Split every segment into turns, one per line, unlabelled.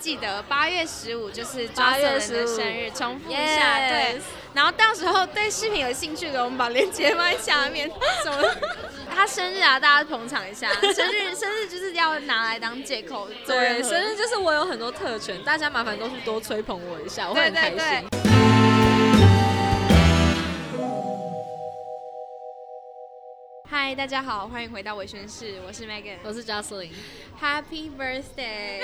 记得八月十五就是
8
Jocelyn
月
的
15
生日，重复一下
Yes
对。然后到时候对视频有兴趣的，我们把链接放在下 面。什么？他生日啊，大家捧场一下。生日， 生日就是要拿来当借口做任
对，
何
生日就是我有很多特权，大家麻烦都去多吹捧我一下，我会
对
很开
对
心。
对。嗨，大家好，欢迎回到维宣室，我是 Megan。
我是 Jocelyn，
Happy birthday！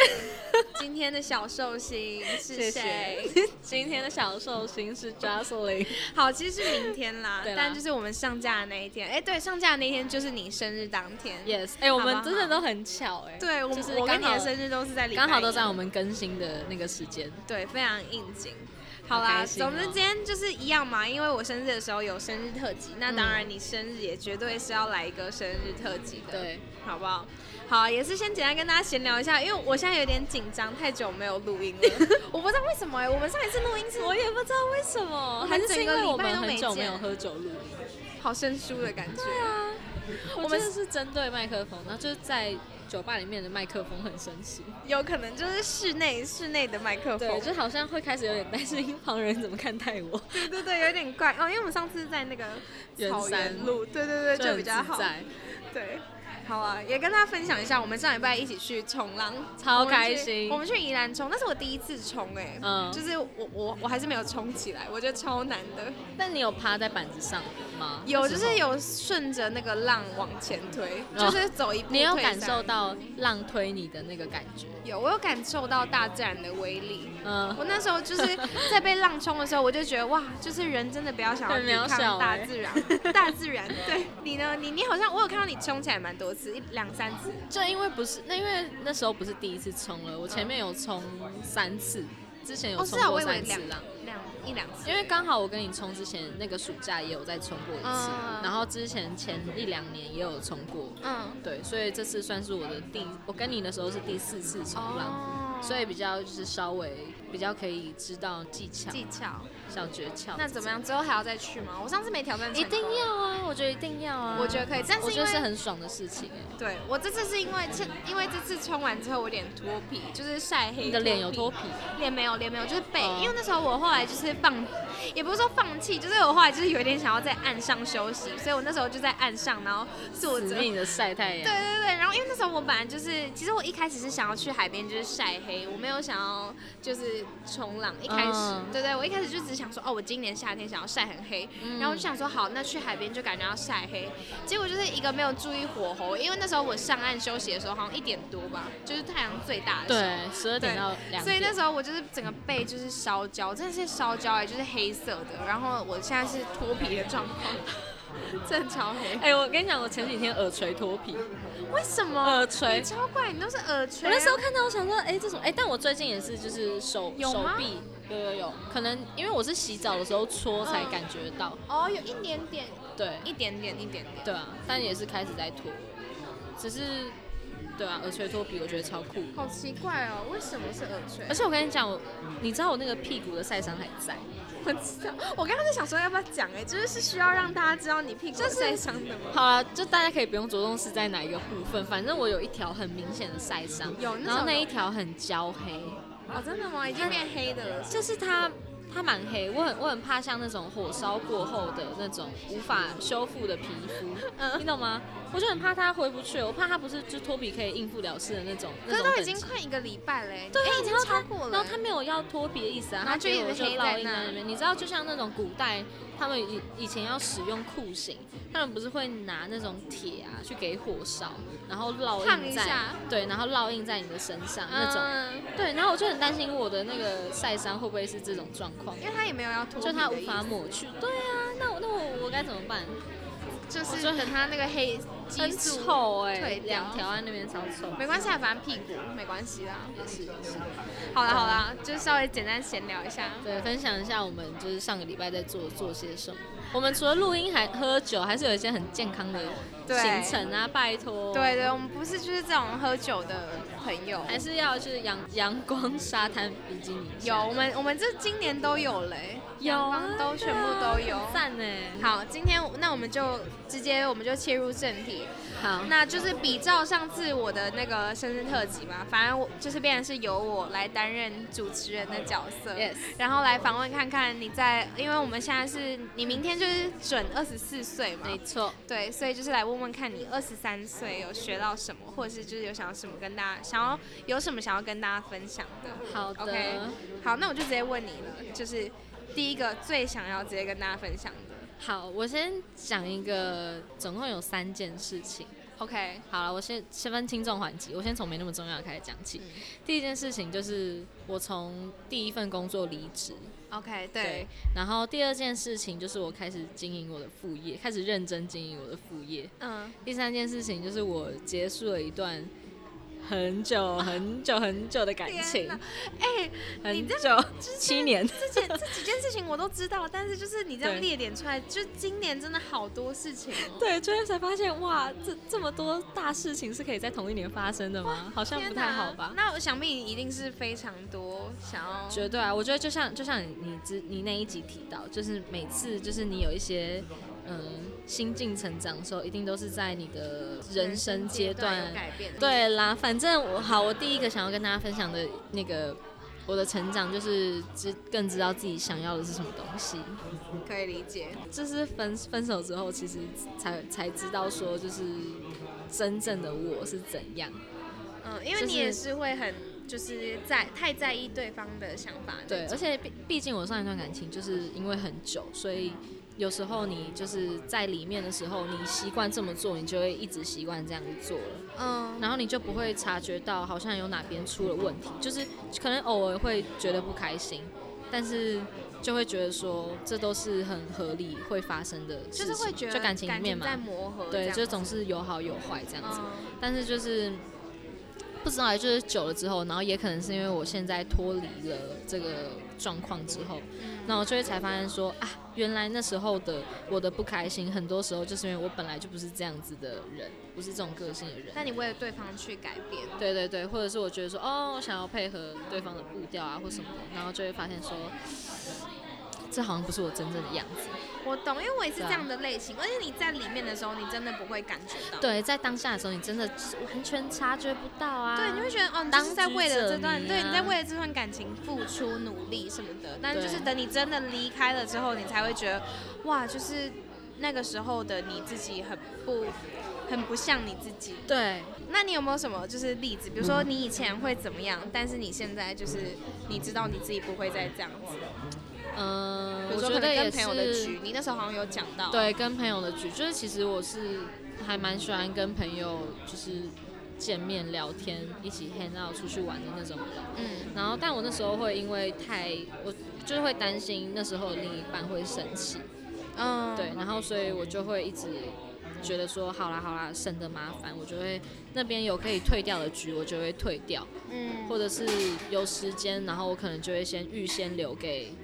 今天的小寿星是谁？
今天的小寿星是 Jocelyn，
好，其实是明天啦，
对啦
但就是我们上架的那一天。哎、对，上架的那一天就是你生日当天。
Yes，哎、我
好吧
们真的都很巧哎、
对，我、
就是
我跟你
刚
的
好
生日都是在礼拜一
刚好都在我们更新的那个时间。
对，非常应景。好啦，
开心哦
总之今天就是一样嘛，因为我生日的时候有生日特辑，那当
嗯
然你生日也绝对是要来一个生日特辑的，，
对，
好不好？好，也是先简单跟大家闲聊一下，因为我现在有点紧张，太久没有录 音了，我不知道为什么哎、我们上一次录音是
我也不知道为什么，
们
还是是因为
整个
我
礼拜
们
都没
很久没有
见啊
喝啊酒录音。
好生疏的感觉，
我
我
们
们
是针对麦克风，然后就是在酒吧里面的麦克风很神奇，
有可能就是室内室内的麦克
对，
风，
就好像会开始有点担心旁人怎么看待我，
对对对，有点怪哦，因为我们上次在那个
圆
草原
山
路，对对对，就
很
比较
自
好，
在
对，好啊，也跟大家分享一下，我们上礼拜一起去冲浪，
超
我们去
开心
我们去宜兰冲，那是我第一次冲哎、
嗯
就是我我我还是没有冲起来，我觉得超难的。
但你有趴在板子上吗？
有
那
就
时候
是。有顺着那个浪往前推，
哦
就是走一步。
你有感受？到浪推你的那个感觉？
有，我有感受到大自然的威力。
嗯，
我那时候就是在被浪冲的时候，我就觉得哇，就是人真的不要想要
很渺
抵抗
小
大
欸
自然， 大自然。对你呢？你你好像我有看到你冲起来蛮多次，一两三次。
就因为不是那，因为那时候不是第一次冲了，我前面有冲三次，之前有
哦，是
冲
啊，
过
我以为
三次
两
浪。
两一两次。
因为刚好我跟你冲之前那个暑假也有在冲过一次，
嗯
然后之前前一两年也有冲过，
嗯，
对，所以这次算是我的第，我跟你的时候是第四次冲浪，
哦，
所以比较就是稍微比较可以知道技巧、
技巧。
小诀窍。
那怎么？样？之后还要再去吗？我上次没挑战成
一
功
定。要啊！我觉得一定要啊！
我觉得可以但是
我觉得
因为
是很爽的事情哎、
对我这次是因为趁因为这次冲完之后我有点脱皮，就是晒黑。
你的脸有脱皮？，
脸没有，脸没有，就是背。
哦
因为那时候我后来就是放，也不是说放弃，就是我后来就是有一点想要在岸上休息，所以我那时候就在岸上，然后坐
死
着。
命的晒太
对
阳。
对对，然后因为那时候我本来就是，其实我一开始是想要去海边就是晒黑，我没有想要就是冲浪。一开始，
嗯
对对，我一开始就只想说，哦，我今年夏天想要晒很黑，
嗯
然后我就想说，好，那去海边就感觉要晒黑。结果就是一个没有注意火候，因为那时候我上岸休息的时候好像一点多吧，就是太阳最大的时候。
对，十二点到两点。
所以那时候我就是整个背就是烧焦，真的是烧焦哎、就是黑色的。然后我现在是脱皮的状况， 真的超黑。
哎、我跟你讲，我前几天耳垂脱皮，
为什么？
耳垂
你超怪，你都是耳垂
哦我
啊。
那时候看到，我想说，哎、这什么？哎、但我最近也是，就是手
有
手
吗
臂有有有，可能因为我是洗澡的时候搓才感觉到，
哦，有一点点，
对
一点点，一点点，
对啊，但也是开始在脱，只是对啊，耳垂脱皮我觉得超酷。
好奇怪哦，为什么是耳垂
而？且我跟你讲，我你知道我那个屁股的晒伤还在，
我知道，我刚刚在想说要不要讲哎、就是是需要让大家知道你屁股
就是
晒伤的吗？
好了，就大家可以不用着重是在哪一个部分，反正我有一条很明显的晒伤，
有那
然后
种
那一条很焦黑，
哦，真的吗？已经变黑的了。
就是它它蛮黑，我很我很怕像那种火烧过后的那种无法修复的皮肤，
嗯
你懂吗？我就很怕它回不去，我怕它不是就脱皮可以应付了事的那种，
可
那
是都
种
已
等级
经快一个礼拜嘞、
对啊
哎已经
然后
超
它
过了、
然后他没有要脱皮的意思啊，
然后
他
就
给
一
我
直
就
黑
烙
在
印
那
在那边。你知道，就像那种古代，他们以以前要使用酷刑，他们不是会拿那种铁啊去给火烧，然后烙
烫一
印在
下
对，然后烙印在你的身上、那种。
嗯
对，然后我就很担心我的那个晒伤会不会是这种状况，
因为他也没有要脱皮的
就
意
它
思，
无法抹去。对啊，那我那我我该怎么办？
就是
我就
等他那个黑激
很
素，
丑哎、
退掉
两条在那边超丑。
没关系啊，反正屁股没关系啦。
也是也是，
好啦好啦，就稍微简单闲聊一下。
对，分享一下我们就是上个礼拜在做做些什么。我们除了录音还喝酒，还是有一些很健康的
对
行程啊，拜托。，
对对，我们不是就是这种喝酒的朋友，
还是要就是阳阳光沙滩比基尼一下。
有我们我们这今年都有嘞、
有啊
两方都全部都有。
赞欸呢。
好，今天那我们就直接我们就切入正题，
好，
那就是比照上次我的那个生日特辑嘛，反正我就是变成是由我来担任主持人的角色
Yes
然后来访问看看你在，因为我们现在是你明天就是准二十四岁嘛
没，错，
对，所以就是来问问看你二十三岁有学到什么，或者是就是有想要什么跟大家想要有什么想要跟大家分享的。
好的
OK，好，那我就直接问你了，就是第一个最想要直接跟大家分享的。
好，我先讲一个，总共有三件事情。
OK，
好了，我先先分轻重缓急，我先从没那么重要的开始讲起。
嗯
第一件事情就是我从第一份工作离职，
OK，对，
然后第二件事情就是我开始经营我的副业，开始认真经营我的副业。
嗯，
第三件事情就是我结束了一段很久很久很久的感情
啊天，哪哎、你
很
这
久七年。
这件这几件事情我都知道，但是就是你这样
对
列点出来，就今年真的好多事情哦。
对，就会才发现哇，这这么多大事情是可以在同一年发生的吗？好像
天
不
哪
太好吧？
那我想必你一定是非常多想要，
绝对啊！我觉得就像就像你之你那一集提到，就是每次就是你有一些嗯心境成长的时候，一定都是在你的人生阶段
有改变。，
对啦，反正我好，我第一个想要跟大家分享的那个我的成长，就是知更知道自己想要的是什么东西。
可以理解。
就是分分手之后，其实才才知道说，就是真正的我是怎样。
嗯，因为
就是
你也是会很就是在太在意对方的想法那
对，而
种。
且毕毕竟我上一段感情就是因为很久，所以有时候你就是在里面的时候，你习惯这么做，你就会一直习惯这样子做了。
嗯，
然后你就不会察觉到好像有哪边出了问题，就是可能偶尔会觉得不开心，但是就会觉得说这都是很合理会发生的
就
事情，
是会觉得
就感情里面
在
嘛，
磨合这
对，
样子，
就总是有好有坏这样子。
嗯
但是就是不知道欸，就是久了之后，然后也可能是因为我现在脱离了这个状况之后，
嗯
那我就会才发现说啊，原来那时候的我的不开心，很多时候就是因为我本来就不是这样子的人，不是这种个性的人。
那你为了对方去改变，
对对对，或者是我觉得说，哦，我想要配合对方的步调啊，或什么的，然后就会发现说，这好像不是我真正的样子。
我懂，因为我也是这
对啊
样的类型，而且你在里面的时候，你真的不会感觉到。
对，在当下的时候，你真的是完全察觉不到啊。
对，你会觉得哦，你就
当
是在
局
为了
者
这段，
迷
对，你在
啊
为了这段感情付出努力什么的。但
对
就是等你真的离开了之后，你才会觉得，哇，就是那个时候的你自己很不，很不像你自己。
对，
那你有没有什么就是例子？比如说你以前会怎么样，但是你现在就是你知道你自己不会再这样子。
嗯、
比如
我
说
觉
可
得
能
也
跟朋友的
是
局，，你那时候好像有讲到。，
对，跟朋友的局，就是其实我是还蛮喜欢跟朋友就是见面聊天，一起 hang out 出去玩的那种人。
嗯，
然后，但我那时候会因为太，我就是会担心那时候的另一半会生气，
嗯，
对，然后所以我就会一直觉得说，好啦好啦，省得麻烦，我就会那边有可以退掉的局，我就会退掉，
嗯，
或者是有时间，然后我可能就会先预先留给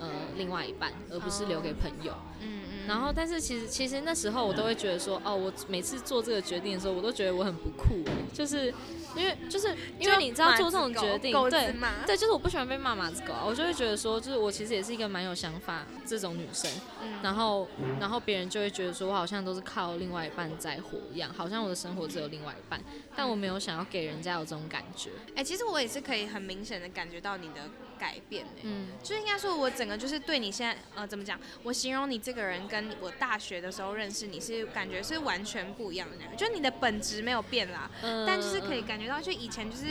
呃另外一半，而不是留给朋友。
嗯嗯，
然后，但是其实其实那时候我都会觉得说，哦，我每次做这个决定的时候，我都觉得我很不酷，欸就是因为就是因为你知道做这种决定，
狗
对
子嘛，
对，就是我不喜欢被骂马子狗啊，我就会觉得说，就是我其实也是一个蛮有想法这种女生，
嗯
然后然后别人就会觉得说我好像都是靠另外一半在活一样，好像我的生活只有另外一半，但我没有想要给人家有这种感觉，
哎、其实我也是可以很明显的感觉到你的改变呢、
嗯，
就应该说，我整个就是对你现在呃怎么讲，我形容你这个人跟我大学的时候认识你是感觉是完全不一样的人，就你的本质没有变啦，
嗯
但就是可以感觉到，就以前就是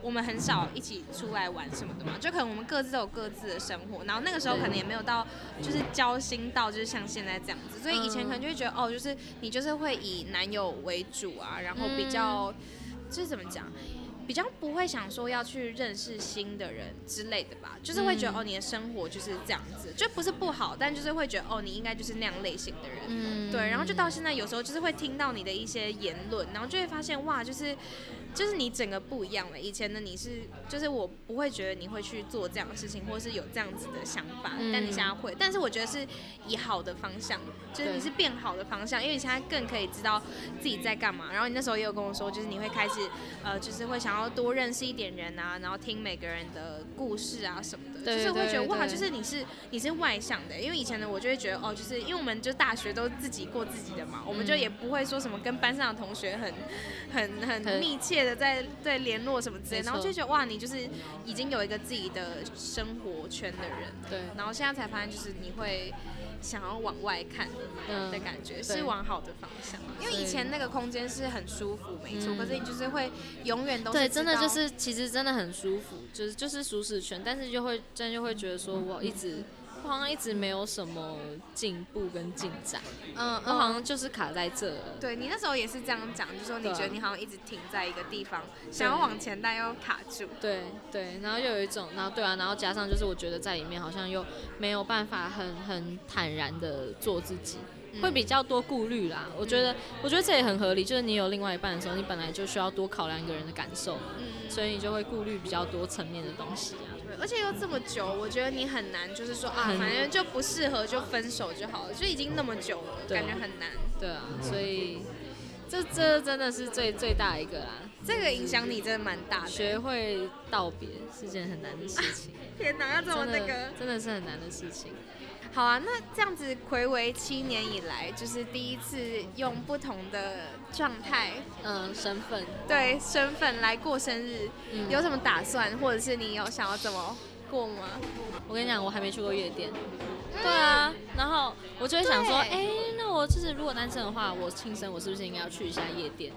我们很少一起出来玩什么的嘛，就可能我们各自都有各自的生活，然后那个时候可能也没有到就是交心到就是像现在这样子，所以以前可能就会觉得哦，就是你就是会以男友为主啊，然后比较、就是怎么讲。比较不会想说要去认识新的人之类的吧，就是会觉得、
嗯
哦，你的生活就是这样子，就不是不好，但就是会觉得哦，你应该就是那样类型的人。
嗯
对，然后就到现在，有时候就是会听到你的一些言论，然后就会发现哇，就是就是你整个不一样了。以前的你是，就是我不会觉得你会去做这样的事情，或是有这样子的想法，
嗯
但你现在会。但是我觉得是以好的方向，就是你
对
是变好的方向，因为你现在更可以知道自己在干嘛。然后你那时候也有跟我说，就是你会开始呃，就是会想要多认识一点人啊，然后听每个人的故事啊什么的。
对
就是会觉得
对
哇，
对
就是你是你是外向的，因为以前呢，我就会觉得哦，就是因为我们就大学都自己过自己的
嗯
嘛，我们就也不会说什么跟班上的同学很很很
很
密切的在对联络什么之类，
没错
然后就觉得哇，你就是已经有一个自己的生活圈的人，
对，
然后现在才发现就是你会想要往外看
嗯
的感觉，
对
是往好的方向，啊因为以前那个空间是很舒服，没错，
嗯
可是你就是会永远都是
对，真的
知道
就是其实真的很舒服，就是就是舒适圈，但是就会真的就会觉得说我一直。我好像一直没有什么进步跟进展，
嗯
我
嗯，
好像就是卡在这了。
对你那时候也是这样讲，就说你
对啊
觉得你好像一直停在一个地方，想要往前但又卡住。
对对，然后又有一种，然后对啊，然后加上就是我觉得在里面好像又没有办法很很坦然的做自己，
嗯
会比较多顾虑啦。我觉得我觉得这也很合理，就是你有另外一半的时候，你本来就需要多考量一个人的感受，
嗯，
所以你就会顾虑比较多层面的东西啊。
对，而且又这么久，我觉得你很难，就是说啊，
很
反正就不适合就分手就好了，就已经那么久了，
对
感觉很难。
对啊，
嗯
所以这这真的是最最大一个啦，
这个影响你真的蛮大的。
学会道别是件很难的事 情，
天哪，要这么
真
那
的
个？
真的是很难的事情。
好啊，那这样子暌违七年以来，就是第一次用不同的状态
嗯，身份，
对身份来过生日，
嗯
有什么打算，或者是你有想要怎么过吗？
我跟你讲，我还没去过夜店。对啊，然后我就会想说，
对
哎、那我就是如果单身的话，我庆生我是不是应该要去一下夜店？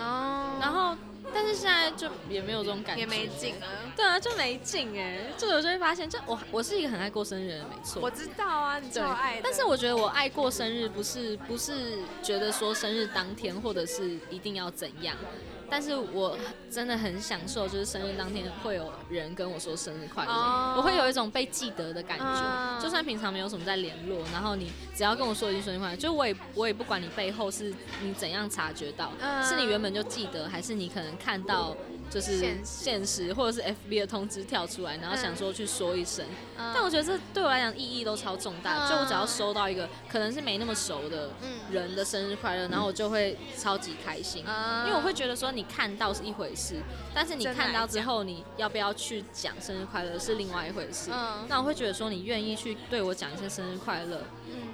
哦，
然后，但是现在就也没有这种感觉，
也没。劲了。
对啊，就没劲哎、就有时候会发现，就我我是一个很爱过生日的人，没错。
我知道啊，你
对
超爱的，
但是我觉得我爱过生日，不是不是觉得说生日当天或者是一定要怎样，但是我真的很享受，就是生日当天会有人跟我说生日快乐
哦
我会有一种被记得的感觉。
嗯
就算平常没有什么在联络，然后你只要跟我说一句生日快乐，就我也我也不管你背后是你怎样察觉到，
嗯
是你原本就记得，还是你可能看到就是
现实
现实或者是 FB 的通知跳出来，然后想说去说一声。
嗯，
但我觉得这对我来讲意义都超重大，
嗯
就我只要收到一个可能是没那么熟的
嗯
人的生日快乐，然后我就会超级开心。因
嗯
为我会觉得说，你看到是一回事，但是你
真的来
看到之后，你要不要去讲生日快乐是另外一回事。
嗯
那我会觉得说，你愿意去对我讲一声生日快乐，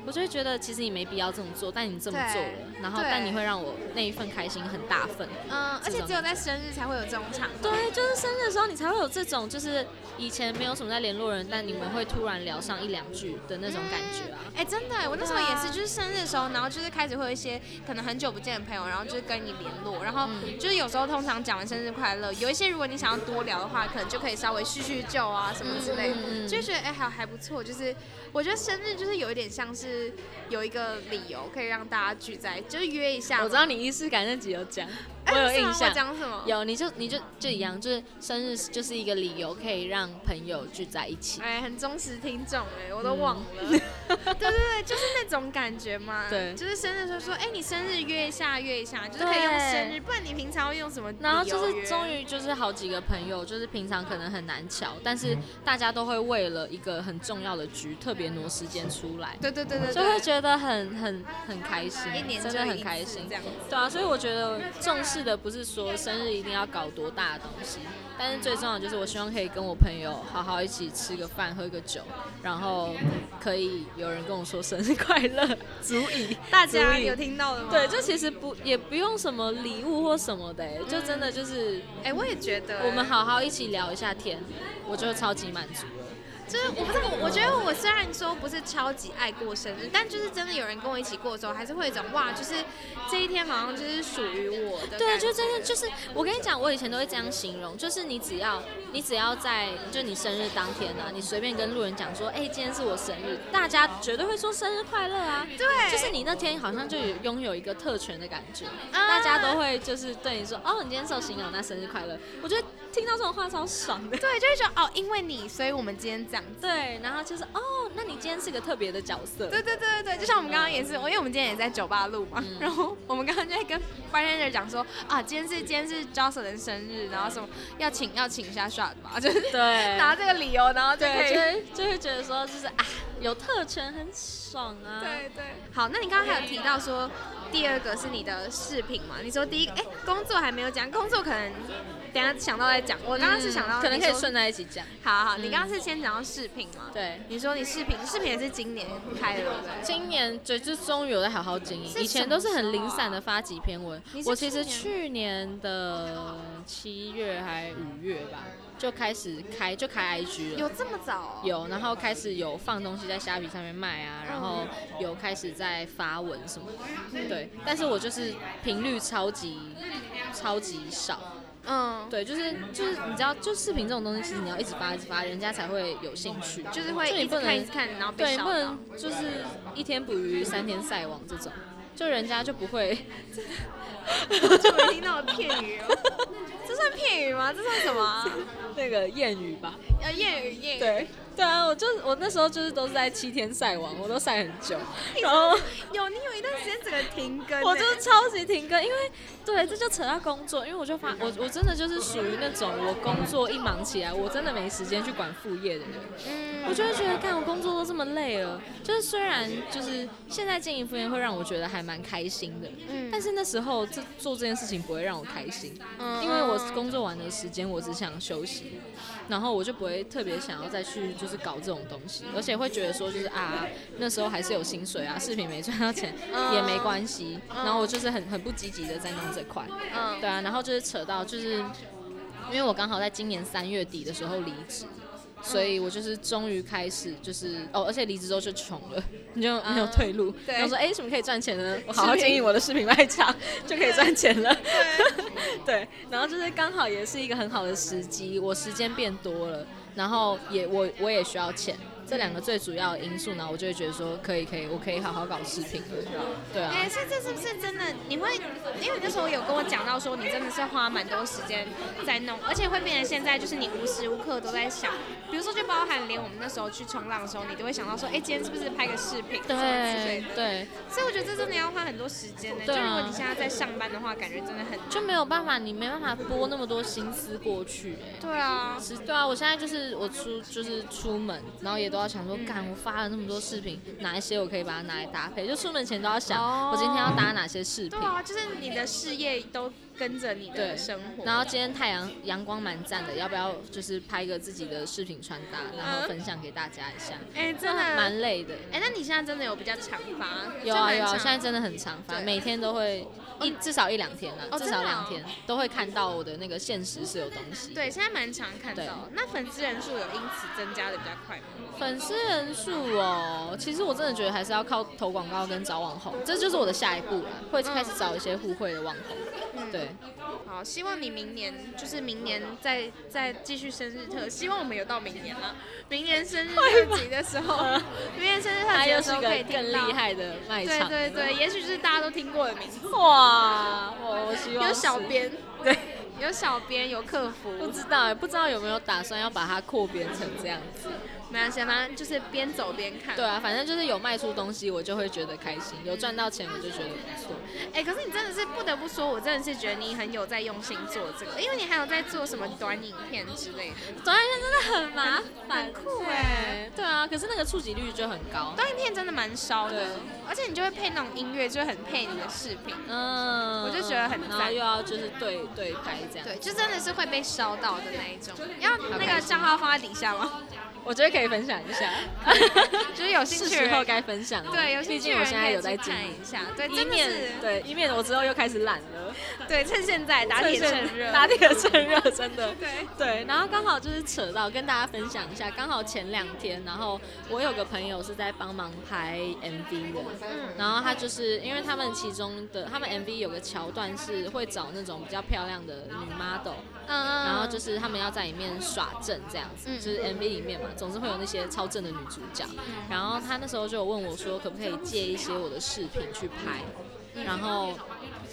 我
嗯，
就会觉得其实你没必要这么做，但你这么做了，
对
然后
对
但你会让我那一份开心很大份。
嗯，而
这
且
种
只有在生日才会有这种场合，
对，就是生日的时候，你才会有这种，就是以前没有什么在联络人，但你们会突然聊上一两句的那种感觉啊。
哎、真的，我那时候也
对
是，
啊
就是生日的时候，然后就是开始会有一些可能很久不见的朋友，然后就是跟你联络，然后
嗯
就是有时候通常讲完生日快乐，有一些如果你想要多聊的话，可能就可以稍微叙叙旧啊什么之类的，
嗯嗯嗯
就觉得哎、还还不错。就是我觉得生日就是有一点像是有一个理由可以让大家聚在，就是约一下。
我知道你仪式感那集有讲，
哎，
我有
为什么
印象
我。讲什么？
有，你就你就就一样，就是生日就是一个理由，可以让朋友聚在一起。
哎、很忠实听众哎、我都忘了。对对对，就是那种感觉嘛。
对
就是生日的时候说，哎、你生日约一下，约一下，就是可以用
对
生日，不然你平常会用什么理由约？
然后就是终于就是好几个朋友，就是平常可能很难巧，但是大家都会为了一个很重要的局特别挪时间出来，
对，对对对对，
就会觉得很很很开心，
一年就
真的
一
很
次
开心
这。样子。
对啊，所以我觉得重视的不是说生日一定要搞多大的东西，但是最重要的就是我希望可以跟我朋友好好一起吃个饭、喝个酒，然后可以有人跟我说生日快乐， 足以。
大
足
家
以
有听到的吗？
对，就其实不也不用什么礼物或什么的、就真的就是
哎、我也觉得、
我们，好好一起聊一下天，我就超级满足了。
就是我不知道，我觉得我虽然说不是超级爱过生日，但就是真的有人跟我一起过的时候，还是会有一种哇，就是这一天好像就是属于我的感觉。
对，就真的就是，我跟你讲，我以前都会这样形容，就是你只要你只要在就你生日当天啊，你随便跟路人讲说，哎、今天是我生日，大家绝对会说生日快乐啊。
对
就是你那天好像就有拥有一个特权的感觉，
啊
大家都会就是对你说，哦，你今天受刑哦，那生日快乐。我觉得听到这种话超爽的。
对，就会觉得哦，因为你，所以我们今天这样子。
对，然后就是哦，那你今天是个特别的角色。
对对对对对，就像我们刚刚也是，因为我们今天也在酒吧录嘛，
嗯
然后我们刚刚就在跟 bartender 讲说啊，今天是今天是 Jocelyn 生日，然后什么要请要请一下 shot 吧，就是
对
拿这个理由，然后就可
对，
以
就。会就会觉得说，就是啊，有特权很爽啊。
对对，好，那你刚刚还有提到说，第二个是你的饰品嘛？你说第一个，哎，工作还没有讲，工作可能等一下想到再讲。我刚刚是想到，
嗯可能
你
可
说
以顺在一起讲。
好好，你
嗯
刚刚是先讲到视频吗？。
对，
你说你视频，视频也是今年开的，对不对？
今年对，就终于有在好好经营，
是
以前都是很零散的发几篇文
啊你。是
我其实
去
去年的七月还五月吧，就开始开就开 IG 了
有。这么早、哦？。
有，然后开始有放东西在虾皮上面卖
嗯
啊，然后有开始在发文什么的，对。但是我就是频率超级超级少，
嗯。
对，就是就是你知道，就视频这种东西，其实你要一直发一直发，人家才会有兴趣，
就是会
你
一
不
直看
能
一直看，然后被
对，
烧
不
到
能。 就是一天捕鱼三天晒网这种，就人家就不会。
就没听到片语哦， 这算片语吗？这算什么 啊、
那个谚语吧？
呃，谚语，谚语。
对对啊，我就我那时候就是都是在七天晒网，我都晒很久，然后
有，你有一段时间整个停更欸。
我就是超级停更，因为对，这就扯到工作，因为我就发我我真的就是属于那种我工作一忙起来，我真的没时间去管副业的人。我
嗯，
就会觉得，看我工作都这么累了，就是虽然就是现在经营副业会让我觉得还蛮开心的，
嗯
但是那时候这做这件事情不会让我开心，
嗯
因为我工作完的时间我只想休息，然后我就不会特别想要再去就是搞这种东西，而且会觉得说就是啊那时候还是有薪水啊，视频没赚到钱
嗯
也没关系，然后我就是很很不积极的在弄这块，
嗯
对啊，然后就是扯到就是，因为我刚好在今年三月底的时候离职，所以我就是终于开始就是哦，而且离职之后就穷了， 你就没有退路。
对
然后说哎、什么可以赚钱呢？我好好
视频
经营我的视频卖场就可以赚钱了。 对，然后就是刚好也是一个很好的时机，我时间变多了，然后也我我也需要钱。这两个最主要的因素呢，我就会觉得说可以可以，我可以好好搞视频了，对啊，
哎、所以这是不是真的？你会，因为你那时候有跟我讲到说，你真的是花蛮多时间在弄，而且会变成现在就是你无时无刻都在想，比如说就包含连我们那时候去冲浪的时候，你都会想到说，哎、今天是不是拍个视频什么之类
对
的。
对，
所以我觉得这真的要花很多时间呢、
对啊
就如果你现在在上班的话，感觉真的很
就没有办法，你没办法拨那么多心思过去、欸。
对啊，
是，对啊，我现在就是我出就是出门，然后也都要想说，干、我发了那么多视频，哪一些我可以把它拿来搭配？就出门前都要想，
哦
我今天要搭哪些视频
对。啊，就是你的事业都跟着你的
对
生活，
然后今天太阳阳光蛮赞的，要不要就是拍个自己的视频穿搭，然后分享给大家一下？
哎、真的
蛮累的。
哎、那你现在真的有比较长发？
有
就
啊
蛮
有啊，
长
现在真的很常发，
对
每天都会一至少一两天了，
哦
至
真的
少
哦
两天都会看到我的那个现实是有东西。
对，现在蛮常看
对
到。那粉丝人数有因此增加的比较快吗？
粉丝人数哦，其实我真的觉得还是要靠投广告跟找网红，这就是我的下一步啦，会开始找一些互惠的网红。
嗯，
对，
好，希望你明年就是明年再再继续生日特，希望我们有到明年了。明年生日特辑的时候， 明年生日特
他
辑
又
的时
是
候
个
可以
更
听到。
厉害的卖
对
场。
对对，也许就是大家都听过的名字，
哇，我我希望
有
是
小，编，
对，
有小编，有客服，
不知道哎，不知道有没有打算要把它扩编成这样子？
没关系，反正就是边走边看。
对啊，反正就是有卖出东西，我就会觉得开心，有赚到钱我就觉得不错。
哎、可是你真的是不得不说，我真的是觉得你很有在用心做这个，因为你还有在做什么短影片之类的。
短影片真的很麻烦，
很酷哎。
对啊，可是那个触及率就很高。
短影片真的蛮烧
对
的，而且你就会配那种音乐，就很配你的视频。
嗯，
我就觉得很
然后
赞
又要就是对对拍这样，
对，就真的是会被烧到的那一种。要那个账号放在底下吗？
我觉得可以分享一下，
就是有兴
是
趣的
时
人
候该分享了。
对，有兴
毕
趣
竟
的
我
人
现在
可以
有
去
在经
看
营，
一下。对，
以
真的是
免对以免我之后又开始懒了，
对，趁现在打铁趁热。
打铁趁热，真的。
对，
对，然后刚好就是扯到跟大家分享一下，刚好前两天，然后我有个朋友是在帮忙拍 MV 的，
嗯
然后他就是因为他们其中的他们 MV 有个桥段是会找那种比较漂亮的女 model，
嗯
然后就是是他们要在里面耍正这样子，
嗯
就是 MV 里面嘛，总是会有那些超正的女主角。然后他那时候就有问我说，可不可以借一些我的视频去拍，
嗯
然后。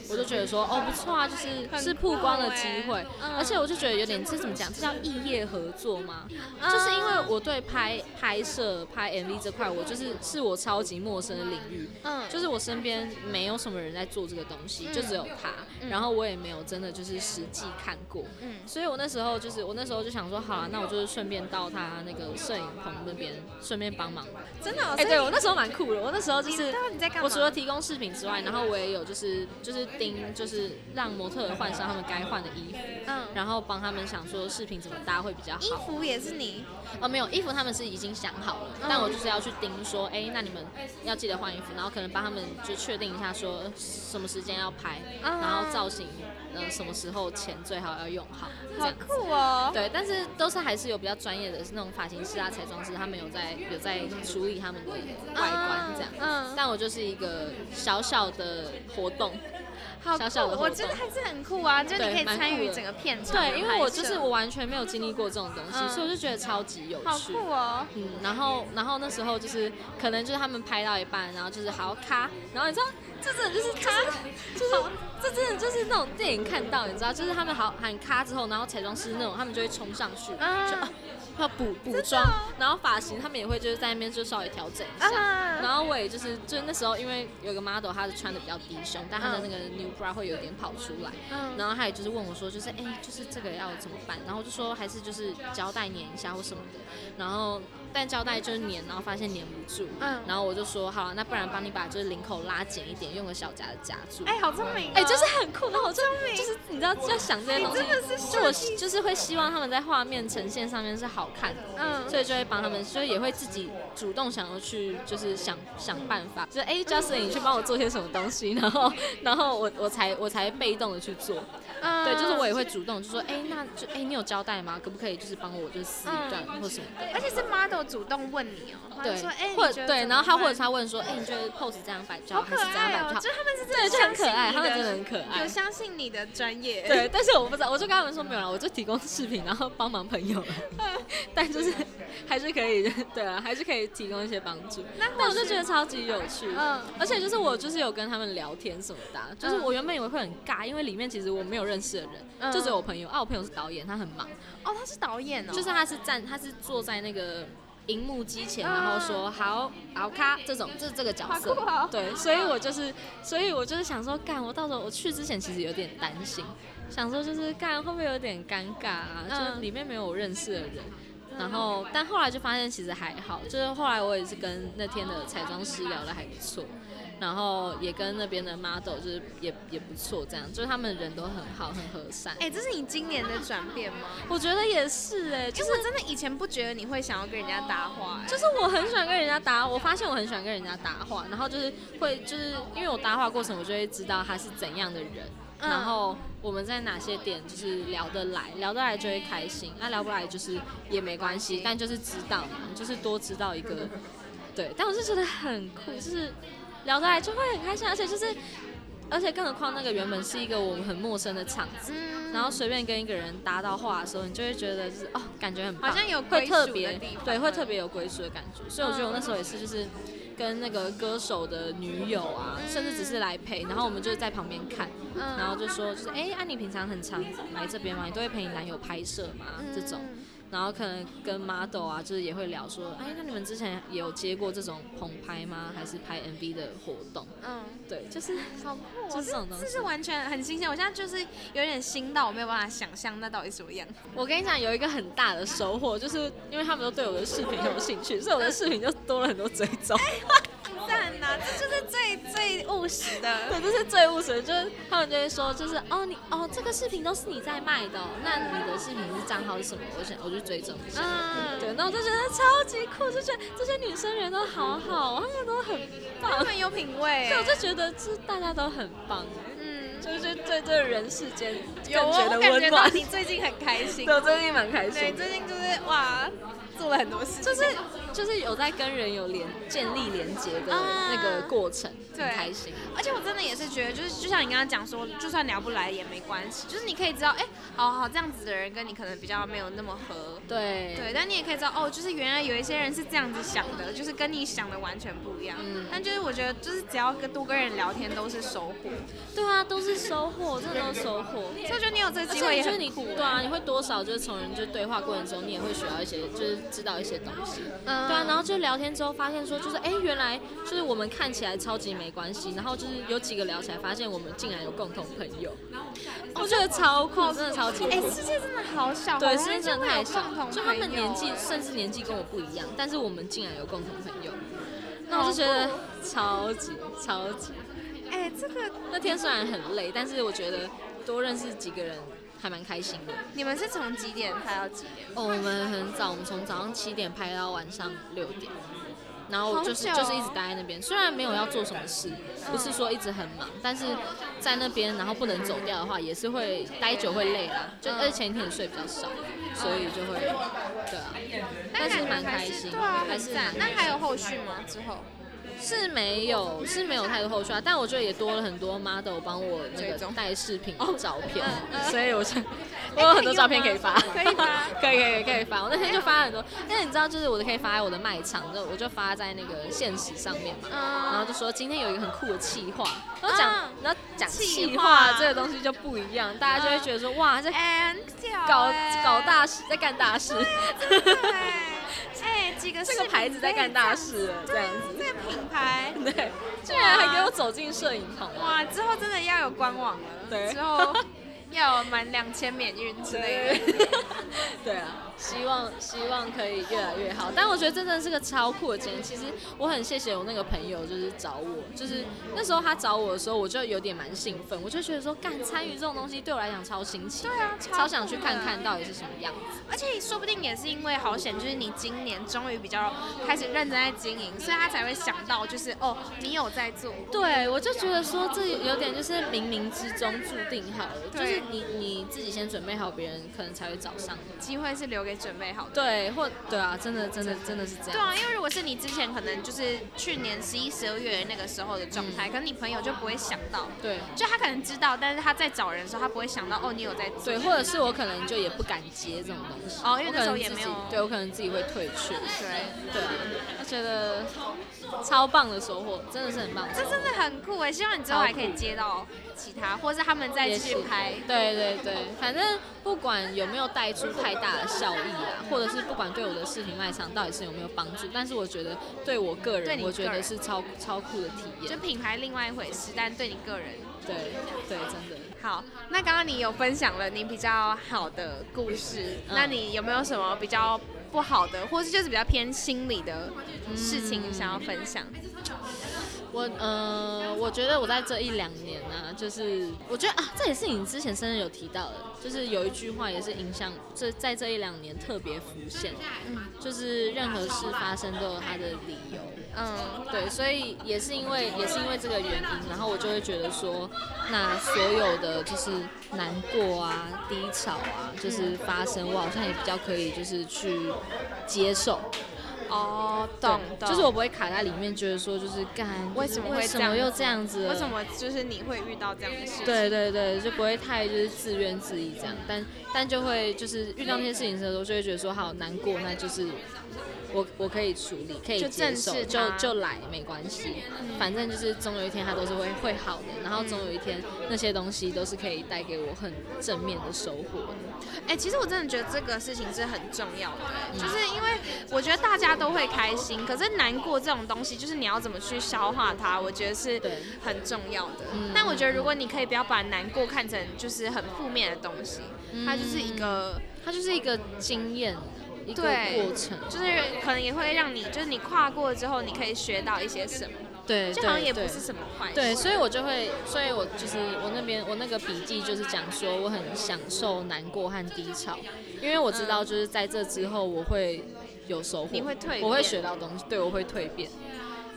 我就觉得说，哦，不错啊，就是
很
是曝光的
酷
机
欸
会，
嗯
而且我就觉得有点，这怎么讲？这叫异业合作吗？
嗯
就是因为我对拍拍摄、拍 MV 这块，我就是是我超级陌生的领域，
嗯，
就是我身边没有什么人在做这个东西，
嗯
就只有他，然后我也没有真的就是实际看过，
嗯
所以我那时候就是我那时候就想说，好啊，那我就是顺便到他那个摄影棚那边顺便帮忙。
真的哦，
哎、
所以
对我那时候蛮酷的，我那时候就
你
是
知道你在干嘛？
我除了提供饰品之外，然后我也有就是就是盯，就是让模特儿换上他们该换的衣服，
嗯，
然后帮他们想说饰品怎么搭会比较
衣
好。
服也是你，
哦，没有衣服他们是已经想好了，但我就是要去盯说，哎、那你们要记得换衣服，然后可能帮他们就确定一下说什么时间要拍，
啊
然后造型呃什么时候前最好要用好，这
好
样子。
酷哦。
对，但是都是还是有比较专业的那种发型师啊、彩妆师，他们有在有在处理他们的外观这样。
啊嗯
但我就是一个小小的活动，
好酷
小小的活动
我觉得还是很酷啊，就是你可以
对蛮酷的
参与整个片场的拍摄。
对，因为我就是我完全没有经历过这种东西，
嗯
所以我就觉得超级有
好
趣
酷。哦。
嗯，然后然后那时候就是可能就是他们拍到一半，然后就是好咔，然后你知道这真的就是咔，就是这真的就是那种电影看到，你知道，就是他们好喊咔之后，然后彩妆师那种他们就会冲上去，
啊
就、啊哦要补补妆，然后发型他们也会就是在那边就稍微调整一下。
啊，
然后我也就是，就那时候因为有个 model，她是穿的比较低胸，但她的那个 new bra 会有点跑出来，
嗯
然后他也就是问我说，就是哎、就是这个要怎么办？然后我就说还是就是胶带粘一下或什么的。然后但胶带就是粘，然后发现粘不住。
嗯
然后我就说好、啊，那不然帮你把就是领口拉紧一点，用个小夹子夹住。
哎，好聪明哦。
哎、就是很酷，然后我就
明
就是你知道要想这些东西，
你真的是
就
设
我
计师
就是会希望他们在画面呈现上面是好看的，
嗯
所以就会帮他们，所以也会自己主动想要去就是想想办法，就是哎、j u s t i n 你去帮我做些什么东西，然后然后我我才我才被动的去做，
嗯
对，就是我也会主动就说哎、那就哎、你有胶带吗？可不可以就是帮我就是撕一段或什么的。
而且是 model 主动问你哦，嗯他就
对
说，哎，
或
你觉得
对，
怎么
然后他
办
或者是他问说，哎、你觉得 pose 这样摆比较
好
好，还
可
是这样
爱
摆比
哦
较，好
就？他们是真
对，
的
就很
相
可
信
爱，
你
他们真的很可爱。
有相信你的专业，，
对，但是我不知道，我就跟他们说没有了，我就提供视频，然后帮忙朋友， 但
嗯
就是还是可以，对啊，还是可以提供一些帮助。
那
但
或
我就
许
觉得超级有趣，
嗯
而且就是我就是有跟他们聊天什么的啊、就是我原本以为会很尬，因为里面其实我没有认识的人，
嗯
就只有我朋友啊，我朋友是导演，他很忙，
哦，他是导演哦，
就是他是站，他是坐在那个荧幕机前，
啊
然后说好好咔这种，这这个角色
好酷哦，
对，所以我就是，所以我就是想说，干，我到时候我去之前其实有点担心，想说就是干会不会有点尴尬啊？
嗯
就是里面没有我认识的人。
嗯
然后，但后来就发现其实还好，就是后来我也是跟那天的彩妆师聊得还不错，然后也跟那边的 model 就是也也不错，这样就是他们人都很好，很和善。
哎、这是你今年的转变吗？
我觉得也是哎、
就
就是
是我真的以前不觉得你会想要跟人家搭话、哎
就是我很喜欢跟人家搭，我发现我很喜欢跟人家搭话，然后就是会就是因为我搭话过程，我就会知道他是怎样的人，
嗯
然后我们在哪些点就是聊得来，聊得来就会开心，那、聊不来就是也没关系，但就是知道嘛，就是多知道一个，对，但我是觉得很酷，就是聊得来就会很开心，而且就是而且更何况那个原本是一个我们很陌生的场子。
嗯
然后随便跟一个人搭到话的时候，你就会觉得就是哦，感觉很棒
好像有归
会
属
特
的
别
地方
对，会特别有归属的感觉。所以我觉得我那时候也是，就是跟那个歌手的女友啊，
嗯
甚至只是来陪，然后我们就是在旁边看，
嗯
然后就说就是哎，安、啊、你平常很常来这边吗？你都会陪你男友拍摄吗？这
嗯
种，然后可能跟 model 啊，就是也会聊说，哎，那你们之前也有接过这种棚拍吗？还是拍 MV 的活动？
嗯，
对，就是
好酷、哦，
就是这种东西
这是完全很新鲜。我现在就是有点新到我没有办法想象那到底什么样。
我跟你讲，有一个很大的收获，就是因为他们都对我的视频很有兴趣，所以我的视频就多了很多追踪。
赞呐、这就是最最务实的。
对，这是最务实的，就是他们就会说，就是哦你哦这个视频都是你在卖的哦、那你的视频是账号是什么？我想我去追踪一下。
嗯，
对，那我就觉得超级酷，就觉得这些女生人都好好，她们都很棒
他，们有品味、
所以我就觉得这大家都很棒，
嗯，
就是对这人世间
有
更
哦
觉得
我感
温
觉到
暖。
你最近很开心。
对，我最近蛮开
对，
心的。
最近就是哇，做了很多事情。
就是就是有在跟人有连建立连接的
啊
那个过程，
对
很开心。
而且我真的也是觉得，就是就像你刚刚讲说，就算聊不来也没关系，就是你可以知道，哎、好好这样子的人跟你可能比较没有那么合，
对
对，但你也可以知道，哦，就是原来有一些人是这样子想的，就是跟你想的完全不一样。
嗯
但就是我觉得，就是只要跟多跟人聊天都是收获，
对啊，都是收获，真的都是收获。
所以我觉得你有这个
而
机会
且
也
就是
很
你
酷、
对啊，你会多少就是从人就是对话过程中，你也会学到一些，就是知道一些东西。
嗯
对啊，然后就聊天之后发现说，就是哎、诶原来就是我们看起来超级没关系，然后就是有几个聊起来，发现我们竟然有共同朋友，我觉得超酷，真的超级酷。
哎、世界真的好小，
对，
好
世
容易
界
就
真的
会有
太小
共同，
就他们
朋友
年纪
哎
甚至年纪跟我不一样，但是我们竟然有共同朋友，那
好
我就觉得超级超级，
哎、这个
那天虽然很累，但是我觉得多认识几个人还蛮开心的。
你们是从几点拍到几点？
哦，我们很早，我们从早上七点拍到晚上六点，然后就是、
好久哦嗯
就是一直待在那边，虽然没有要做什么事，不是说一直很忙，但是在那边然后不能走掉的话，也是会待久会累啦。就、
嗯
而且前一天也睡比较少，所以就会对啊，
嗯
但
感
是
觉
蛮
还
开心，
对啊，
还
很
是
赞。
蛮
那还有后续吗？之后
是没有是没有太多后续啊，但我觉得也多了很多 model 帮我那
追
个
踪
带饰品的照片
嗯嗯，
所以我想我有很多照片可以发，
可以吗
可以可以可以发，我那天就发了很多，但你知道就是我可以发在我的卖场，就我就发在那个现实上面嘛，
嗯
然后就说今天有一个很酷的企划，然后
嗯
讲然后讲
企
企
划嗯
划这个东西就不一样，大家就会觉得说哇这
，and
搞搞大事在干大事，
哎，几个
这个牌子在干大事了这样
对
子，
这个品牌，
对，居然还给我走进摄影棚啊！
哇，之后真的要有官网了，
对
之后要有满两千免运之类的。
对， 对啊，希望希望可以越来越好。但我觉得真的是个超酷的经验。其实我很谢谢我那个朋友，就是找我，就是那时候他找我的时候，我就有点蛮兴奋，我就觉得说，干参与这种东西对我来讲超新奇的，
对啊超酷的
超啊想去看看到底是什么样子。
而且说不定也是因为好险，就是你今年终于比较开始认真在经营，所以他才会想到就是哦，你有在做，
对，我就觉得说这有点就是冥冥之中注定好了，就
对
是你你自己先准备好，别人可能才会找上你。
机会是留给准备好的。
对，或对啊，真的真的真的是这样。
对啊，因为如果是你之前可能就是去年十一、十二月那个时候的状态，可能你朋友就不会想到，
对。
就他可能知道，但是他在找人的时候，他不会想到哦，你有在做
对，。或者是我可能就也不敢接这种东西。
哦因为
我
那
可
时候
能
也
自
没
己
有
对我可能自己会退却。
对，
对啊，我觉得超棒的收获，真的是很棒的收
这
获。
真的很酷哎！希望你之后还可以接到其他，或是他们再
也
继续
是
拍。
对对对，反正不管有没有带出太大的效益啊，或者是不管对我的视频卖场到底是有没有帮助，但是我觉得对我个
对
人，
你
我觉
个
得
人
是超超酷的体
就
验。
品牌另外一回事，但对你个人
对对，真的。
好。那刚刚你有分享了你比较好的故事，
嗯
那你有没有什么比较不好的，或是就是比较偏心理的事情想要分享？
我呃，我觉得我在这一两年啊，就是我觉得啊，这也是你之前生日有提到的，就是有一句话也是影响这在这一两年特别浮现，就是任何事发生都有它的理由。
嗯，
对，所以也是因为也是因为这个原因，然后我就会觉得说，那所有的就是难过啊、低潮啊，就是发生，我好像也比较可以就是去接受，
哦，
对
懂，懂
就是我不会卡在里面，觉得说就是干
为什么会
为
这
什
样
么
子
又这样子了，
为什么就是你会遇到这样的事情？
对对对，就不会太就是自怨自艾这样，但但就会就是遇到那些事情的时候，就会觉得说好难过，那就是我我可以处理，可以
就
接
正
受，
视
就
它嗯
就来没关系，反正就是总有一天它都是会会好的，然后总有一天那些东西都是可以带给我很正面的收获。
哎、其实我真的觉得这个事情是很重要的，就是因为我觉得大家都会开心，可是难过这种东西，就是你要怎么去消化它，我觉得是
对
很重要的
嗯。
但我觉得如果你可以不要把难过看成就是很负面的东西，
嗯
它就是一个，
它就是一个经验，一个
对
过程，
就是可能也会让你，就是你跨过之后，你可以学到一些什么，
对，
就好像
对
也不
对
是什么坏事。
对，所以我就会，所以我就是我那边我那个笔记就是讲说，我很享受难过和低潮，因为我知道就是在这之后我会有收获，
嗯你会蜕变
我会学到东西，对我会蜕变，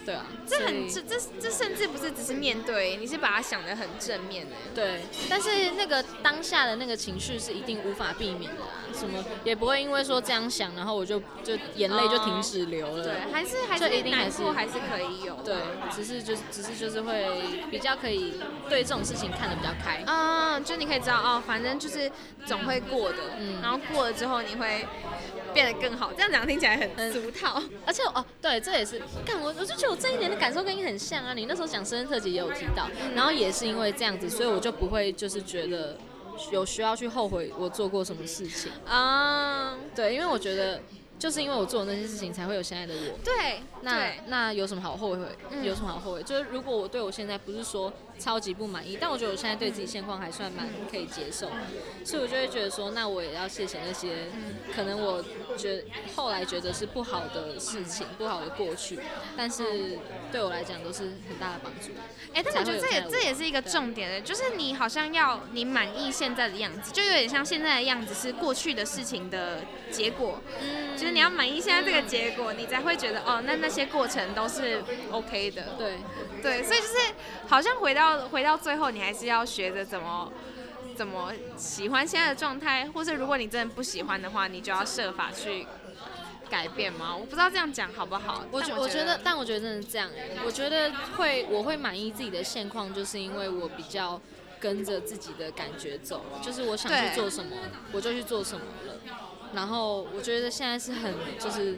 对啊，
这
所
很
以
这这这甚至不是只是面对，你是把它想得很正面的。
对，但是那个当下的那个情绪是一定无法避免的啊，什么也不会因为说这样想，然后我就就眼泪就停止流了，
哦对，还是还
这
是
一定还
难
是
过还是可以有。
对，只是就是只是就是会比较可以对这种事情看得比较开，
嗯，就你可以知道哦，反正就是总会过的，
嗯
然后过了之后你会变得更好。这样讲听起来很俗套，
而且哦，对，这也是，看我我就觉得我这一年的感受跟你很像啊。你那时候讲生日特辑也有提到，
嗯
然后也是因为这样子，所以我就不会就是觉得有需要去后悔我做过什么事情。
嗯，
对，因为我觉得就是因为我做的那些事情，才会有现在的我。
对，
那
对
那有什么好后悔？
嗯
有什么好后悔？就是如果我对我现在不是说超级不满意，但我觉得我现在对
嗯
自己现况还算蛮可以接受，所以我就会觉得说，那我也要谢谢那些
嗯
可能我觉得后来觉得是不好的事情、不好的过去，但是对我来讲都是很大的帮助。
哎、但我觉得这也
才会有现在的我
这也是一个重点的，就是你好像要你满意现在的样子，就有点像现在的样子是过去的事情的结果，
嗯
就是你要满意现在这个结果，你才会觉得哦，那那些过程都是 OK 的。
对，
对，所以就是好像回到回到最后，你还是要学着怎么怎么喜欢现在的状态，或是如果你真的不喜欢的话，你就要设法去改变嘛。我不知道这样讲好不好，
我
但
觉我觉得，但我觉得真的是这样哎、我觉得会我会满意自己的现况，就是因为我比较跟着自己的感觉走，就是我想
对
去做什么，我就去做什么了。然后我觉得现在是很就是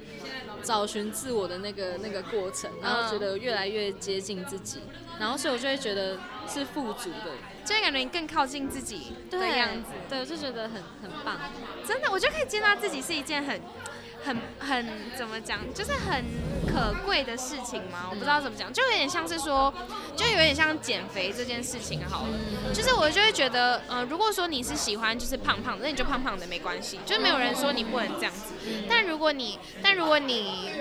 找寻自我的那个那个过程，然后觉得越来越接近自己，然后所以我就会觉得是富足的
就会感觉你更靠近自己的
的
样
样
子
子。，啊对，我就觉得很很棒。
真的，我就可以接纳自己是一件很、很、很怎么讲，就是很可贵的事情嘛。我不知道怎么讲，就有点像是说，就有点像减肥这件事情好了。就是我就会觉得，呃，如果说你是喜欢就是胖胖的，那你就胖胖的没关系，就是没有人说你不能这样子。但如果你，但如果你。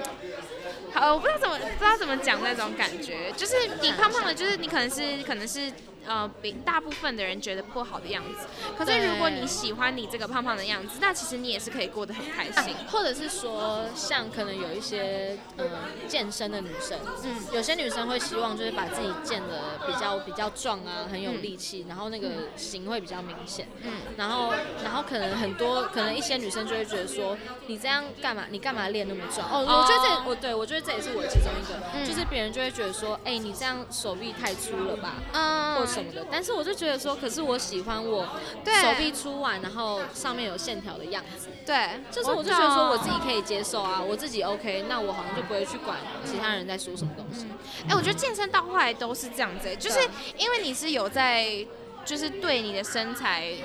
好，我不知道怎么不知道怎么讲那种感觉，就是你胖胖的，就是你可能是可能是呃，比大部分的人觉得不好的样子。可是如果你
对
喜欢你这个胖胖的样子，那其实你也是可以过得很开心。
或者是说，像可能有一些嗯健身的女生，
嗯
有些女生会希望就是把自己健得比较比较壮啊，很有
嗯
力气，然后那个型会比较明显。
嗯，
然后，然后可能很多，可能一些女生就会觉得说，你这样干嘛？你干嘛练那么壮？哦，我觉得
哦
这，我对我觉得这也是我其中一个，
嗯
就是别人就会觉得说，哎、你这样手臂太粗了吧，
嗯
或什么的。但是我就觉得说，可是我喜欢我
对
手臂粗完，然后上面有线条的样子。
对，
就是我就啊觉得说我自
哦
己可以接受啊，我自己 OK，那我好像就不会去管其他人在说什么东西。嗯
哎、我觉得健身到后来都是这样子、欸，就是
对
因为你是有在，就是对你的身材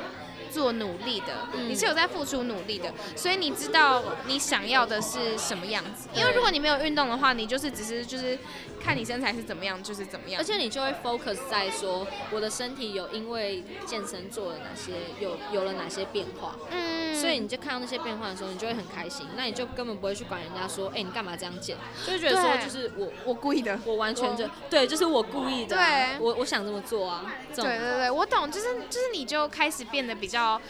做努力的，
嗯
你是有在付出努力的，所以你知道你想要的是什么样子。因为
对
如果你没有运动的话，你就是只是就是看你身材是怎么样，就是怎么样
而。且你就会 focus 在说我的身体有因为健身做了哪些，有有了哪些变化，
嗯
所以你就看到那些变化的时候，你就会很开心，那你就根本不会去管人家说，哎、你干嘛这样减？就会觉得说
对
就是我
我故意的。
我完全就
我
对，就是我故意的啊、
对
我我想这么做啊，这种
对对对，我懂，就是就是你就开始变得比较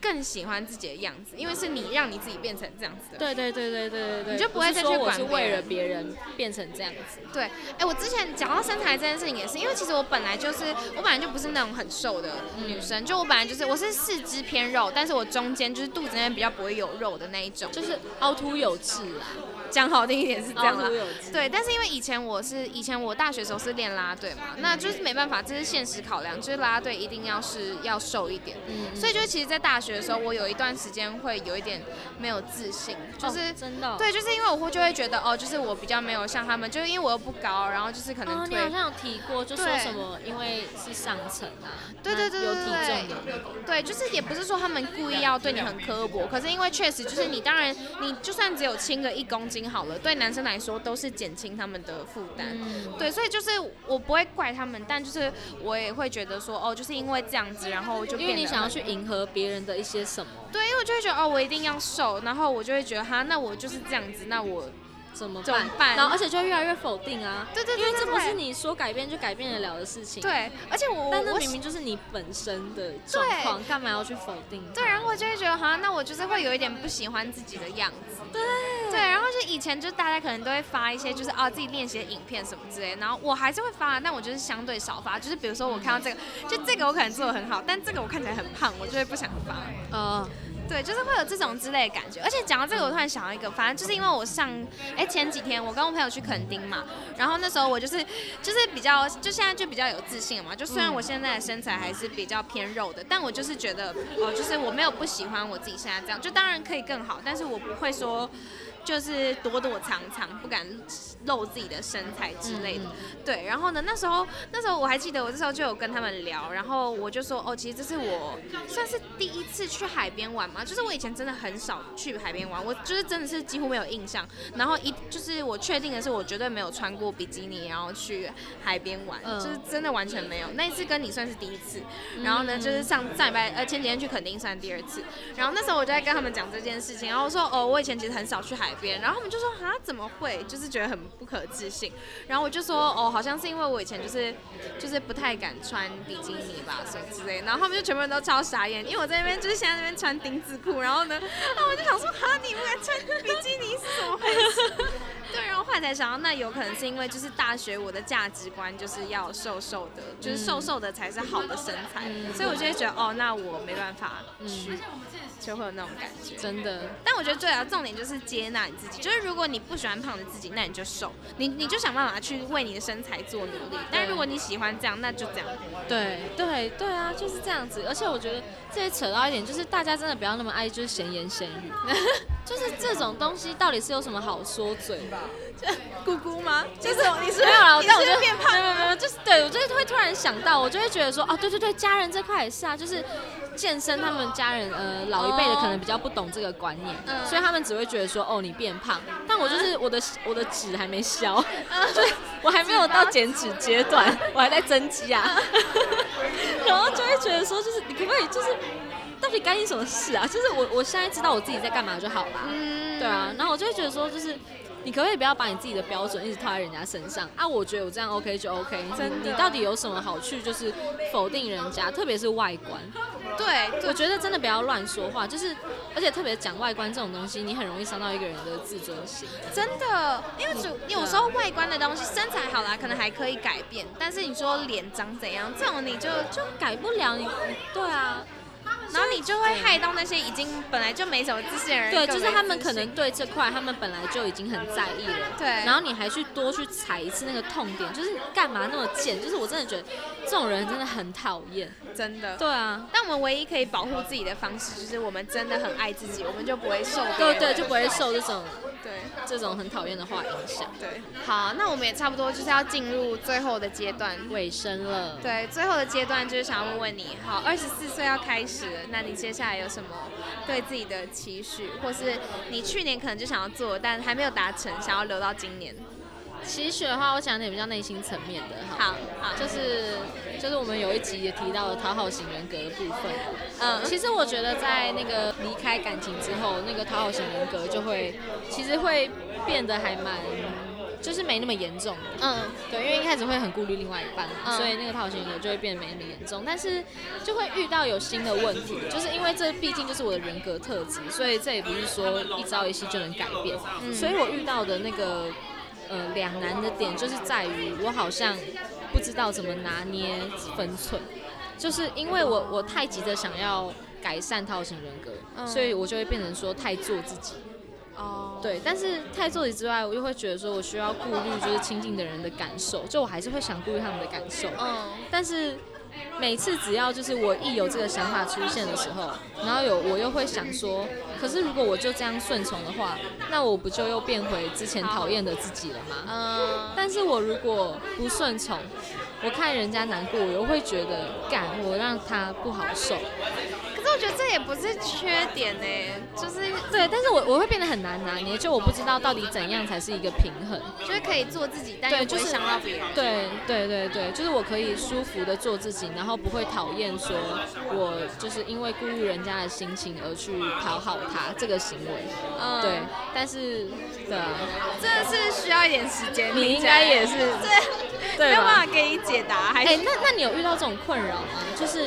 更喜欢自己的样子，因为是你让你自己变成这样子的。
对对对对对对对，
你就不会再去
是说我
管
是
别
为
人
了别人变成这样子，
对，哎、我之前讲到身材这件事情也是，因为其实我本来就是，我本来就不是那种很瘦的女生，就我本来就是，我是四肢偏肉，但是我中间就是肚子那边比较不会有肉的那一种，就
就是凹凸有致啊，
讲好听一嗯点是这样啊
凹
啦
凸。有致。
哦对，但是因为以前我是以前我大学时候是练啦啦队嘛，那就是没办法，这是现实考量，就是啦啦队一定要是要瘦一点，
嗯
所以就其实，在大学的时候，我有一段时间会有一点没有自信，就是、
哦真的哦、
对，就是因为我会就会觉得哦，就是我比较没有像他们，就是因为我又不高，然后就是可能
哦，你
腿
好像有提过，就说
对
什么因为是上层啊，
对对对
那有
对
体
对
重的那个，
对，就是也不是说他们故意要对你很刻薄，可是因为确实就是你，当然你就算只有轻个一公斤好了，对男生来说都是减轻他们的负担。
嗯，
对，所以就是我不会怪他们，但就是我也会觉得说，哦，就是因为这样子，然后就
因
变
为
得
你想要
很
去迎合别人的一些什么，
对，因为我就会觉得哦，我一定要瘦，然后我就会觉得哈，那我就是这样子，那我
怎么
怎么
办？
办
然后而且就会越来越否定啊，
对对
因
对
为
对
这不是
对，
你说改变就改变得了的事情，。
对，而且我
但那
我
明明就是你本身的状况，干嘛要去否定它？
对，啊然后我就会觉得，好像那我就是会有一点不喜欢自己的样子。对对，然后就以前就大家可能都会发一些就是啊自己练习的影片什么之类，然后我还是会发，啊但我就是相对少发。就是比如说我看到这个，就这个我可能做的很好，但这个我看起来很胖，我就会不想发。哦
呃，
对，就是会有这种之类的感觉。而且讲到这个，我突然想到一个，反正就是因为我上哎、前几天我跟我朋友去垦丁嘛，然后那时候我就是就是比较就现在就比较有自信了嘛。就虽然我现在的身材还是比较偏肉的，但我就是觉得哦，就是我没有不喜欢我自己现在这样，就当然可以更好，但是我不会说。就是躲躲藏藏，不敢露自己的身材之类的。
嗯
对，然后呢，那时候那时候我还记得，我这时候就有跟他们聊，然后我就说，哦，其实这是我算是第一次去海边玩嘛，就是我以前真的很少去海边玩，我就是真的是几乎没有印象。然后一就是我确定的是，我绝对没有穿过比基尼，然后去海边玩，
嗯
就是真的完全没有。那一次跟你算是第一次，然后呢，就是上上礼拜呃前几天去垦丁算第二次，然后那时候我就在跟他们讲这件事情，然后我说哦，我以前其实很少去海边，然后他们就说啊怎么会，就是觉得很不可置信，然后我就说哦，好像是因为我以前就是就是不太敢穿比基尼吧，什么之类的，然后他们就全部人都超傻眼，因为我在那边就是现在那边穿丁字裤，然后呢，啊我就想说哈你不敢穿比基尼是怎么回事？对，然后后来才想到，那有可能是因为就是大学我的价值观就是要瘦瘦的，就是瘦瘦的才是好的身材，所以我就会觉得哦，那我没办法去，就会有那种感觉。
嗯真的，
但我觉得最啊，重点就是接纳你自己。就是如果你不喜欢胖的自己，那你就瘦，你你就想办法去为你的身材做努力。但如果你喜欢这样，那就这样。
对对对啊，就是这样子。而且我觉得这也扯到一点，就是大家真的不要那么爱就是闲言闲语， 就是这种东西到底是有什么好说嘴的？
姑姑吗？就是你是
没有了，
你
但我
是
觉得
变胖
没有没有没有，就是对我就是会突然想到，我就会觉得说，哦，对对对，家人这块也是啊，就是健身他们家人呃老一辈的
哦
可能比较不懂这个观念，
嗯
所以他们只会觉得说，哦，你变胖，但我就是我的 我的脂还没消，
嗯
就是我还没有到减脂阶段， 我还在增肌啊，
嗯
然后就会觉得说，就是你可不可以就是。到底干你什么事啊？就是我，我现在知道我自己在干嘛就好啦。
嗯
对啊，然后我就会觉得说，就是你可不可以不要把你自己的标准一直套在人家身上啊？我觉得我这样 OK 就 OK，
真的
你你到底有什么好去就是否定人家，特别是外观，
对
我
对
觉得真的不要乱说话，就是而且特别讲外观这种东西，你很容易伤到一个人的自尊心。
真的，因为主有时候外观的东西，身材好啦，可能还可以改变，但是你说脸长怎样，这种你就就。
就改不了你，你对啊，
然后你就会害到那些已经本来就没什么自信的人。
对，啊
更
就
没
是他们
自
可
信
能对这块他们本来就已经很在意了，
对
然后你还去多去踩一次那个痛点，就是干嘛那么贱？就是我真的觉得这种人真的很讨厌。
真的。
对啊，
但我们唯一可以保护自己的方式，就是我们真的很爱自己，我们就不会受别
对
人
对，就不会受这种
对
这种很讨厌的话影响。
对。好，那我们也差不多就是要进入最后的阶段。
尾声了，
对，最后的阶段就是想要问问你，好，二十四岁要开始了，那你接下来有什么对自己的期许，或是你去年可能就想要做，但还没有达成，想要留到今年？
期许的话，我讲点比较内心层面的，好，
好好，就
就是就是我们有一集也提到了讨好型人格的部分。
嗯，
其实我觉得在那个离开感情之后，那个讨好型人格就会，其实会变得还蛮，就是没那么严重的。
嗯
对，因为一开始会很顾虑另外一半嘛，
嗯
所以那个讨好型人格就会变得没那么严重，但是就会遇到有新的问题，就是因为这毕竟就是我的人格特质，所以这也不是说一朝一夕就能改变，
嗯
所以我遇到的那个呃两难的点就是在于我好像不知道怎么拿捏分寸，就是因为我我太急着想要改善讨好型人格，
嗯
所以我就会变成说太做自己。嗯
哦，
对，但是太做自己之外，我又会觉得说我需要顾虑就是亲近的人的感受，就我还是会想顾虑他们的感受。
嗯
但是每次只要就是我一有这个想法出现的时候，然后有我又会想说，可是如果我就这样顺从的话，那我不就又变回之前讨厌的自己了吗？
嗯，
但是我如果不顺从，我看人家难过，我又会觉得干我让他不好受。
可是我觉得这也不是缺点呢、就是
对，但是我我会变得很难拿捏，就我不知道到底怎样才是一个平衡。
就是可以做自己，但
对
又不会
就是
伤到别人。
对对对对，就是我可以舒服的做自己，然后不会讨厌说我就是因为顾虑人家的心情而去讨好他这个行为。
嗯
对，，但是对啊，
真的是需要一点时间。
你
听
应
起来
该也是
对，
对
没有
吧
办法给你解答，还
哎、
是
那那你有遇到这种困扰吗？就是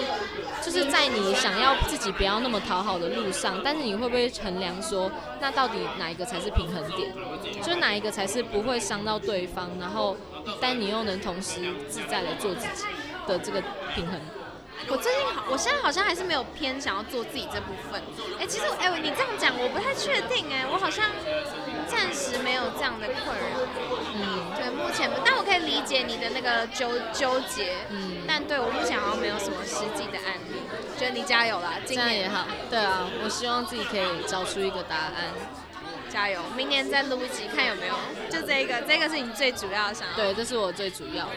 就是在你想要自己不要那么讨好的路上，但是你会不会衡量说，那到底哪一个才是平衡点？就是哪一个才是不会伤到对方，然后但你又能同时自在的做自己的这个平衡？
我最近好，我现在好像还是没有偏想要做自己这部分。哎、其实我哎、你这样讲我不太确定哎、我好像暂时没有这样的困扰。
嗯。
对，目前不，但我可以理解你的那个纠纠结。
嗯
但对我目前好像没有什么实际的案例。觉得你加油啦，今
这样
年
也好，对啊，我希望自己可以找出一个答案。
加油！明年再录一集，看有没有。就这一个，这个是你最主要的想要。
对，这是我最主要的。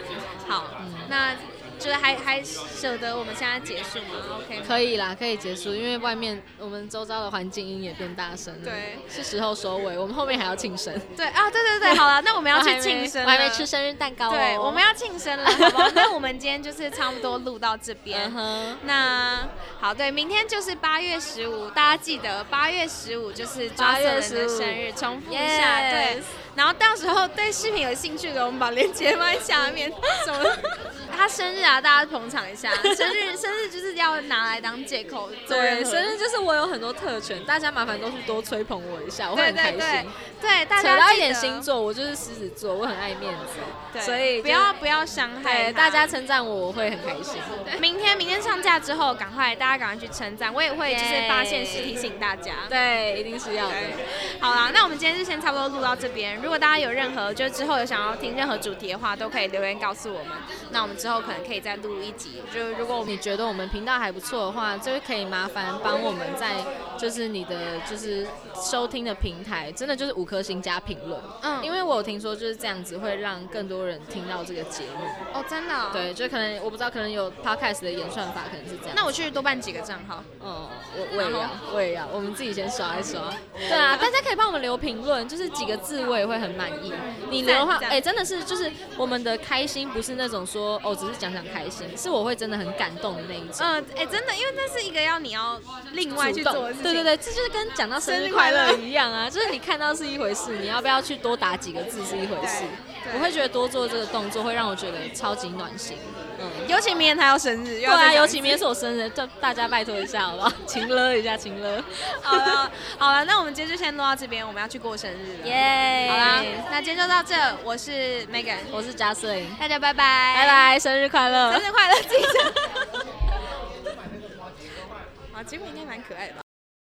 好，那就是还还舍得我们现在结束吗？OK 吗。
可以啦，可以结束，因为外面我们周遭的环境音也变大声了。
对
是时候收尾，我们后面还要庆生。
对啊，对 对对，好了，那我们要
我还
去
没
庆生
我还没
了
吃生日蛋糕哦。
对，我们要庆生了，好不 好？那我们今天就是差不多录到这边
嗯。哼，
那好，对，明天就是八月十五，大家记得八月十五就是
8
Jocelyn
月
的
15
生日，重复一下
Yes
对。然后到时候对视频有兴趣的，我们把链接放在下面。什么？ 他生日啊，大家捧场一下。生日，生日就是要拿来当借口。做任
对，
何
生日就是我有很多特权，大家麻烦都去多吹捧我一下，我会
对
很开
对
心。
对对，大
扯
家
到
记
一点
得
星，座，我就是狮子座，我很爱面
对
子，所以就
不要不要伤害
对
他
大家。称赞我，我会很开心。
明天明天上架之后，赶快大家赶快去称赞，我也会就是发现时提醒大家。
对，一定是要的。
好啦，那我们今天就先差不多录到这边。如果大家有任何，就是之后有想要听任何主题的话，都可以留言告诉我们。那我们之后可能可以再录一集。就是如果我们
你觉得我们频道还不错的话，就是可以麻烦帮我们在就是你的就是收听的平台，真的就是五颗星加评论，
嗯
因为我有听说就是这样子会让更多人听到这个节目，
哦，真的、哦，
对，就可能我不知道，可能有 podcast 的演算法可能是这样。
那我去多办几个账号。
哦，我我也
然
要
后，
我也要，我们自己先刷一刷。对啊，大家可以帮我们留评论，就是几个字我也会很满意。你留的话，
赞
哎、真的是就是我们的开心不是那种说哦，只是讲讲开心，是我会真的很感动的那一种。
嗯，哎、真的，因为那是一个要你要另外去做的事情。
对对对，这就是跟讲到生
生
日
日快
快
乐
乐一样啊，就是你看到是一回事，你要不要去多打几个字是一回事
对。对
我会觉得多做这个动作会让我觉得超级暖心。嗯，
尤其明天他要生日，
对
对
啊，尤其明天是我生日，大大家拜托一下好不 好？勤了一下，勤了。
好了，好了，那我们今天就先录到这边，我们要去过生日了。
耶
好
好
啦
啦，，
那今天就到这，我是 Megan，
我是贾斯颖，
大家拜拜，
拜，拜，生日快乐！
生日快乐，自己讲。啊，其实应该蛮可爱的吧。